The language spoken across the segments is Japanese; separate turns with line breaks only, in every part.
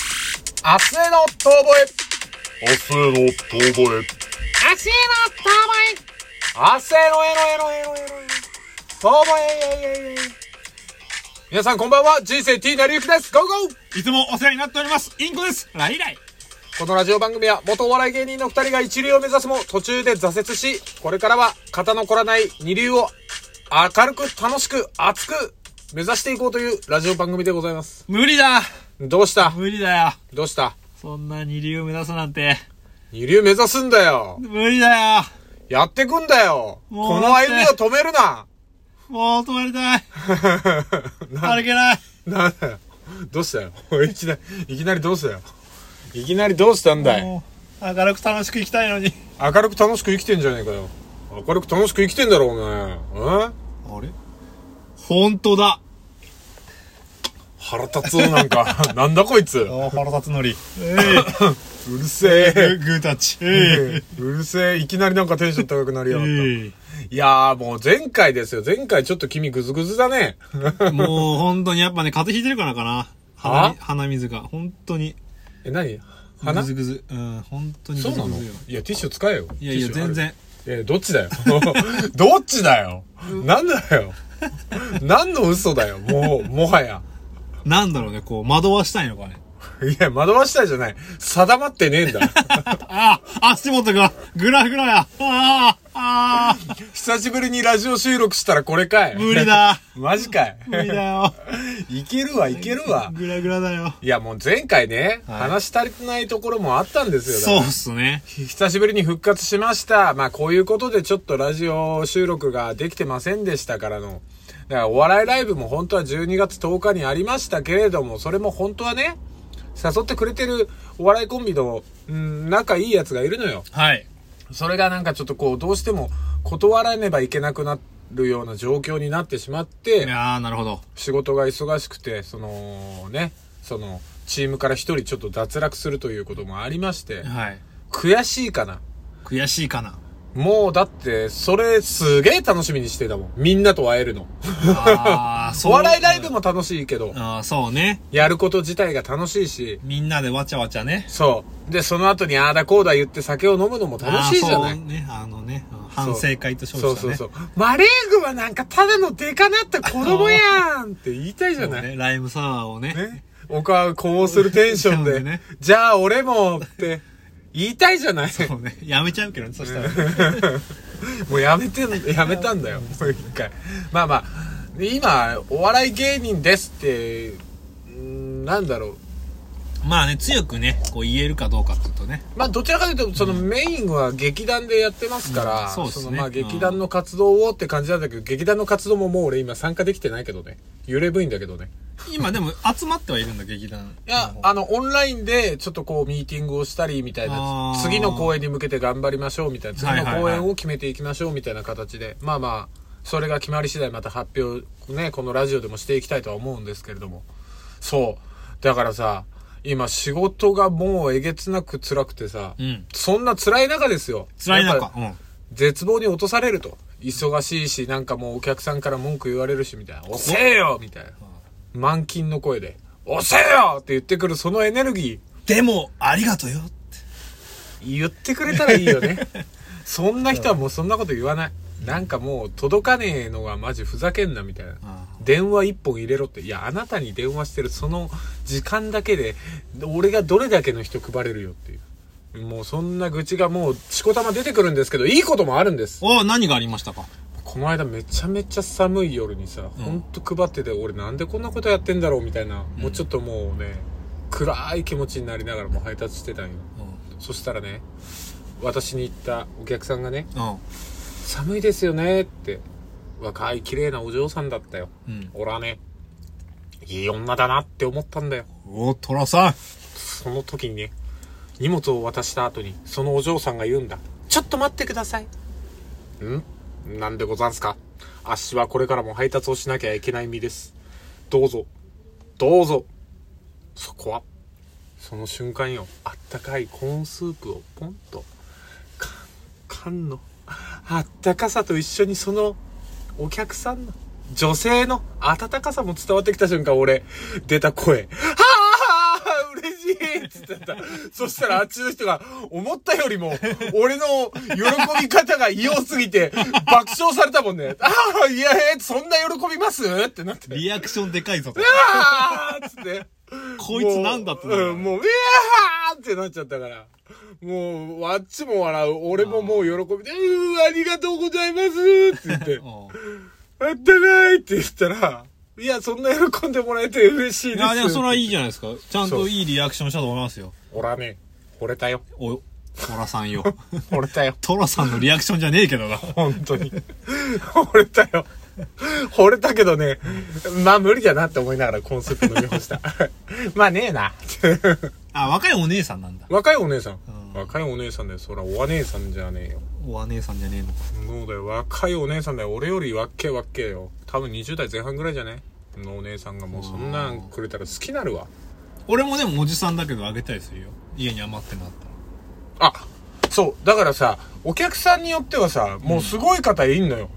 明日への遠吠
明日への遠吠え。
え明日への遠吠え明日へのえのえのえのえのえの遠吠えええええ皆さんこんばんは、人生 T なりゆきですゴーゴー
いつもお世話になっております。インコです。ライライ。
このラジオ番組は元お笑い芸人の二人が一流を目指すも途中で挫折し、これからは肩の凝らない二流を明るく楽しく熱く目指していこうというラジオ番組でございます。
無理だ。
どうした
無理だよ。
どうした
そんな二流を目指すなんて。
二流目指すんだよ
無理だよ。
やってくんだよ
もう
この歩みを止めるな
もう止まりたい。
な、
歩けない。
なんだよどうしたよ いきなり、いきなりどうしたよいきなりどうしたんだい
もう明るく楽しく生きたいのに。
明るく楽しく生きてんじゃねえかよ。明るく楽しく生きてんだろ、お前。え
あれ本当だ。
腹立つなんか。 なんだこいつ。
あ腹立つのり。え
うるせ
え。
え。
グータッ チ。ええ。
うるせえ。いきなりなんかテンション高くなりやがった。い
え
やーもう前回ですよ。前回ちょっと君グズグズだね。
えもう本当にやっぱね、風邪ひいてるからかな。
は
鼻鼻水が。本当に。
え、何
ぐ
鼻
ずぐず。うん、本当に
そう
ぐず
な
ぐ
の
ず
い
よ。
や、ティッシュ使えよ。
いやいや、
ティッシュあ
全
る。
然。
え、どっちだよ。 どっちだよ。なんだよ。何の嘘だよ。もう、もはや。
なんだろうね、こう、惑わしたいのかね。
いや、惑わしたいじゃない。定まってねえん だ。
ああ、足元が、ぐらぐらや。ああ、ああ、
久しぶりにラジオ収録したらこれかい。
無理。だ。
マジかい。
無理だよ。
いけるわ、いけるわ。
ぐらぐらだよ。
いや、もう前回ね、
はい
話し足りてないところもあったんですよ。だから
そうっすね。
久しぶりに復活しました。まあこういうことでちょっとラジオ収録ができてませんでしたからの。だからお笑いライブも本当は12月10日にありましたけれども、それも本当はね、誘ってくれてるお笑いコンビの、うん、仲いいやつがいるのよ。
はい。
それがなんかちょっとこう、どうしても断らねばいけなくなるような状況になってしまっ
い
て、
やー、なるほど。
仕事が忙しくて、そのね、その、チームから一人ちょっと脱落するということもありまして、
はい。
悔しいかな。
悔しいか な。
もうだって、それすげえ楽しみにしてたもん。みんなと会えるの。
あ あ、そ
お笑いライブ。も楽しいけど、
ああ、そうね。
やること自体が楽しいし、
みんなでわちゃわちゃね。
そう。で、その後にああだこうだ言って酒を飲むのも楽しいじゃな
あー
い
そうね、あのね、うん反省会と称
そう
して
そう
ね。
そうう。マレーグはなんかただのデカなった子供やんって言いたいじゃ
そう
ない
ね、ライムサワーをね。
ね。僕はこうするテンション
テンション
で
でね、
じゃあ俺もって言いたいじゃない
そうね、やめちゃうけどね、そしたら。
もうやめてん、やめたんだよ、もう一回。まあまあ、今、お笑い芸人ですって、うんなんだろう。
まあね、強くね、こう言えるかどうかっていうとね。
まあ、どちらかというと、そのメインは劇団でやってますから、
うんそうっす
の
ね
まあ、
うん
劇団の活動をって感じなんだけど、劇団の活動ももう俺今参加できてないけどね。揺れ部員だけどね。
今でも集まってはいるんだ、劇団。
いや、あの、オンラインで、ちょっとこう、ミーティングをしたり、みたいな
あ、ー
次の公演に向けて頑張りましょう、みたいな、次
は
の
いはいはい
公演を決めていきましょう、みたいな形で、まあまあ、それが決まり次第また発表、ね、このラジオでもしていきたいとは思うんですけれども。そう。だからさ、今、仕事がもうえげつなく辛くてさ、
うん。
そんな辛い中ですよ。
辛い
やっ
中
ぱ。
うん。
絶望に落とされると。忙しいし、なんかもうお客さんから文句言われるし、みたいな。押せよみたいな。満勤の声で。押せよって言ってくるそのエネルギ
でも、ありがとうよ。
ー、言ってくれたらいいよね。そんな人はもうそんなこと言わない。なんかもう届かねえのがマジふざけんなみたいな。電話一本入れろって。いや、あなたに電話してるその時間だけで、俺がどれだけの人配れるよっていう。もうそんな愚痴がもう、しこたま出てくるんですけど、いいこともあるんです。
お何がありましたか
この間めちゃめちゃ寒い夜にさ、
うん
ほんと配ってて俺なんでこんなことやってんだろうみたいな、もうちょっともうね暗い気持ちになりながらもう配達してたんよ
う
そしたらね私に言ったお客さんがね
ん。
「寒いですよね」って若い綺麗なお嬢さんだったよ
うん。
俺はねいい女だなって思ったんだよ
お、トラさん。
その時にね荷物を渡した後にそのお嬢さんが言うんだちょっと待ってくださいんなんでござんすかあっしはこれからも配達をしなきゃいけない身ですどうぞどうぞそこはその瞬間よあったかいコーンスープをポンと缶缶のあったかさと一緒にそのお客さんの女性の温かさも伝わってきた瞬間俺出た声はあ嬉しいっつってってなった。そしたらあっちの人が、思ったよりも、俺の喜び方が異様すぎて、爆笑されたもんね。ああ、いや、えーそんな喜びますってなって。
リアクションでかいぞと。
ああっつって。
こいつなんだってな
も
る
う、うん、もう、うわーってなっちゃったから。もう、あっちも笑う。俺ももう喜びで、うー、ありがとうございますって言って、
う
あったかいって言ったら、いや、そんな喜んでもらえて嬉しい
ん。い
です。
や、でもそれはいいじゃないですか。ちゃんといいリアクションしたと思いますよ。
ほらね、惚れたよ。
お、トラさんよ。
惚れたよ。
トラさんのリアクションじゃねえけどな。
本当に。惚れたよ。惚れたけどね、まあ無理だなって思いながらコンセプト飲み干した。 まあねえ な。
あ、若いお姉さんなんだ。
若いお姉さん。
うん
若いお姉さんだよ。そら、お姉さんじゃねえよ。
お姉さんじゃねえのか。
そうだよ。若いお姉さんだよ。俺よりわっけわっけよ。多分20代前半ぐらいじゃねのお姉さんがもうそんなんくれたら好きなるわ。
俺もでもおじさんだけどあげたりするよ。家に余ってなったら。
あ、そう。だからさ、お客さんによってはさ、もうすごい方いんのよ。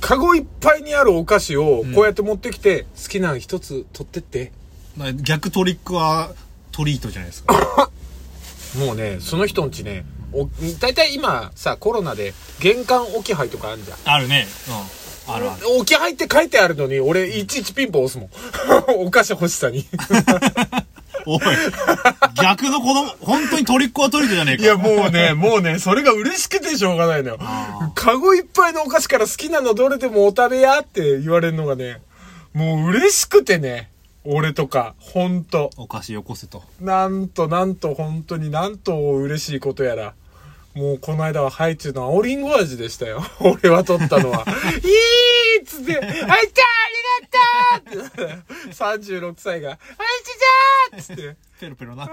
カゴいっぱいにあるお菓子をこうやって持ってきて、好きなの一つ取ってって。
な逆トリックはトリートじゃないです か。
もうね、その人んちね、お、大体今さ、コロナで玄関置き配とかあるじゃん。
あるね。うん。あるある。
置き配って書いてあるのに、俺、いちいちピンポン押すもん。 お菓子欲しさに。
おい。逆の子供、本当にトリックはトリートじゃねえか。
いや、もうね、もうね、それが嬉しくてしょうがないのよ
あ。
カゴいっぱいのお菓子から好きなのどれでもお食べやって言われるのがね、もう嬉しくてね、俺とか、ほんと。
お菓子よこせと。
なんとなんと本当になんと嬉しいことやら。もうこの間はハイチュウの青りんご味でしたよ。 俺は取ったのは。いいっつって、ハイチュウありがとうって36歳 が、ハイチュウじゃーっつって。
ペロペロ舐
うん、
め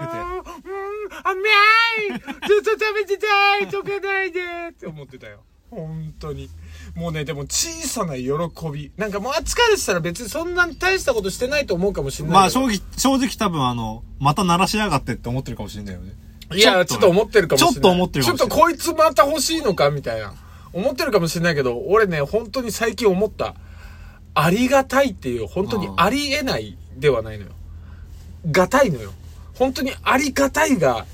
甘いずっと食べてたい溶けないでって思ってたよ。本当に。もうね、でも小さな喜び。なんかもうあっちからしたら別にそんなに大したことしてないと思うかもしれな
て。
い。
まあ正直、正直多分あの、また鳴らしやがってって思ってるかもしれないよね。
いや、ちょっと思ってるかもしれない。
ちょっと思ってるかもしれない
ちょっとこいつまた欲しいのかみたいな。思ってるかもしれないけど、俺ね、本当に最近思った。ありがたいっていう、本当にありえないではないのよ。がたいのよ。本当にありがたいが、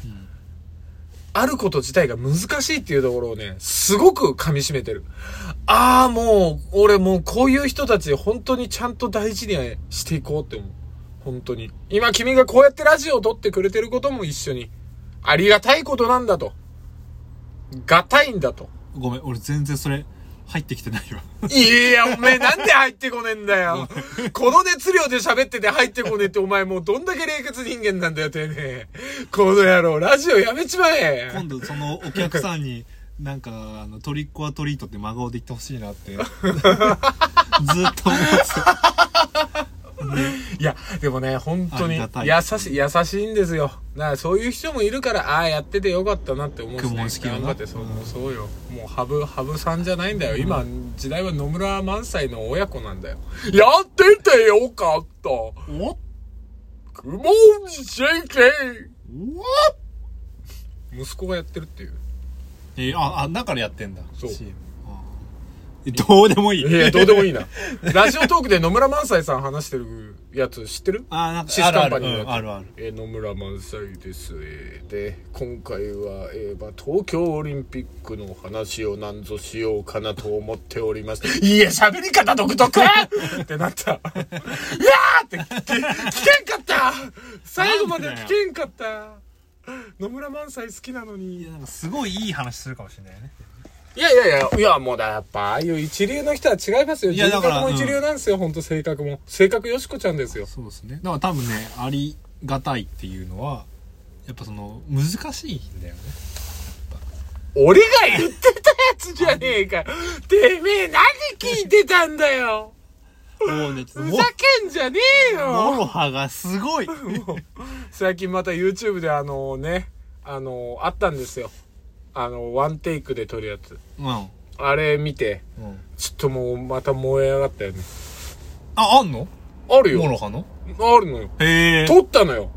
あること自体が難しいっていうところをね、すごく噛み締めてる。ああ、もう、俺もうこういう人たち本当にちゃんと大事にしていこうって思う。本当に。今君がこうやってラジオを撮ってくれてることも一緒に、ありがたいことなんだと。がたいんだと。
ごめん、俺全然それ、入ってきてないわ。
いや、おめえなんで入ってこねえんだよ。この熱量で喋ってて入ってこねえってお前もうどんだけ冷血人間なんだよ、てめえ。この野郎、ラジオやめちまえ。
今度そのお客さんに、なんか、あの、トリックはトリートって真顔で言ってほしい なって。ずっと思ってた。
いや、でもね、本当に
ありがたい
優しい、優しいんですよ。だからそういう人もいるから、ああ、やっててよかったなって思うし、ね。
公文式はな
頑張ってそう、もうそうよ。もう、ハブ、ハブさんじゃないんだよ。今、時代は野村萬斎の親子なんだよ。やっててよかった。
お
公文式息子がやってるっていう。
えーあ、あ、だからやってんだ。
そう
CM あーどうでもいい。
いや、どうでもいいな。ラジオトークで野村萬斎さん話してるやつ知ってる
あー、なんか
シスカンパニ
あ
ー
る
の
あ
や
るうんあるある。
えー野村萬斎です、えーで今回は、えーまあ、東京オリンピックの話を何ぞしようかなと思っておりましていいえ喋り方独特 ってなったうわーって聞け聞けんかった最後まで聞けんかった野村萬斎好きなのに
いや、なんかすごいいい話するかもしれないね。
いやいやいや、いや、もうだ、やっぱ、ああいう一流の人は違いますよ。
いやだから
人格も一流なんですよ、ほんと性格も。性格よしこちゃんですよ。
そうですね。だから多分ね、ありがたいっていうのは、やっぱその、難しいんだよね。
俺が言ってたやつじゃねえかよ。てめえ、何聞いてたんだよ。
もうね、ちょっ
ふ
と
ざけんじゃねえ
も、も
よ。
ろはがすごい。
最近また YouTube であのね、あの、あったんですよ。あの、ワンテイクで撮るやつ。
うん。うん。
あれ見て、ちょっともうまた燃え上がったよね。
あ、あんの
ある
も
よ。
ろはの
あるのよ。
へえ。
撮ったのよ。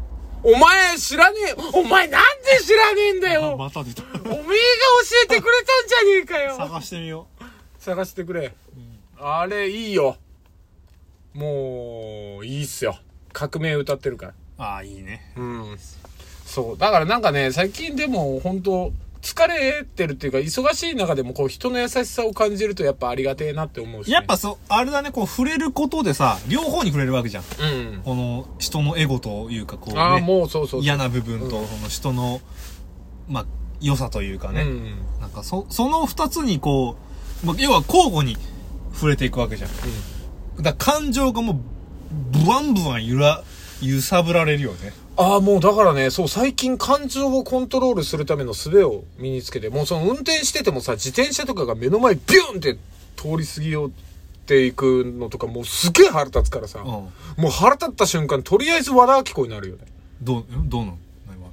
お前知らねえ、お前なんで知らねえんだ
あ
よ。
また出た。
おめえが教えてくれたんじゃねえかよ。
探してみよ
探してくれ、あれいいよもういいっすよ革命歌ってるから
う。ああ、いいね。
うんそう。だからなんかね、最近でも本当疲れてるっていうか、忙しい中でもこう人の優しさを感じるとやっぱありがてえなって思うし、ね。
やっぱそう、あれだね、こう触れることでさ、両方に触れるわけじゃん。
うん。
この人のエゴというか、こうね。
ああ、もうそうそうそう。
嫌な部分と、その人の、まあ、良さというかね。
うん。
なんか、そ、その二つにこう、まあ、要は交互に触れていくわけじゃん。だから感情がもう、ブワンブワン揺ら、揺さぶられるよね。
ああ、もうだからね、そう、最近感情をコントロールするための術を身につけて、もうその運転しててもさ、自転車とかが目の前ビュンって通り過ぎようっていくのとか、もうすげえ腹立つからさ、もう腹立った瞬間、とりあえず和田アキ子になるよね。
どう、んどうなの何は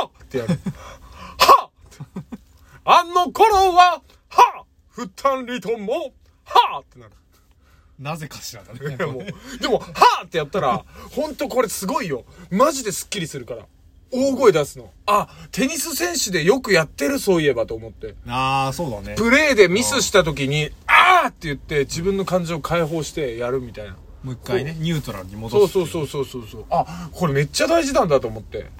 はっってやる。はっあの頃は、はっ二人とも、はっってなる。
なぜかしらだね。
でも、でも、はぁってやったら、ほんとこれすごいよ。マジでスッキリするから。大声出すの。あ、テニス選手でよくやってる、そういえばと思って。
ああ、そうだね。
プレーでミスした時に、あーって言って自分の感情を解放してやるみたいな。
もう一回ね、ニュートラルに戻
そう
す。
そうそうそうそうそう。あ、これめっちゃ大事なんだと思って。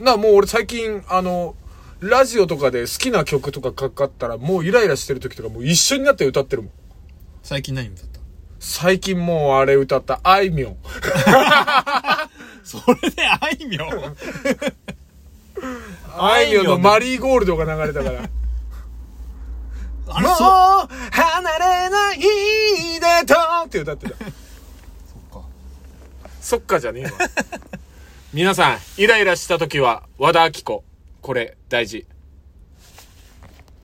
な、もう俺最近、あの、ラジオとかで好きな曲とかかかったら、もうイライラしてる時とかもう一緒になって歌ってるもん。
最近何歌った
最近もうあれ歌った、あいみょん。
それで、あいみょ ん。
あいみょんのマリーゴールドが流れたから。
あれ、
もう
そう
離れないでとって歌ってた。
か。
そっかじゃねえわ。皆さん、イライラした時は和田アキ子。これ大事。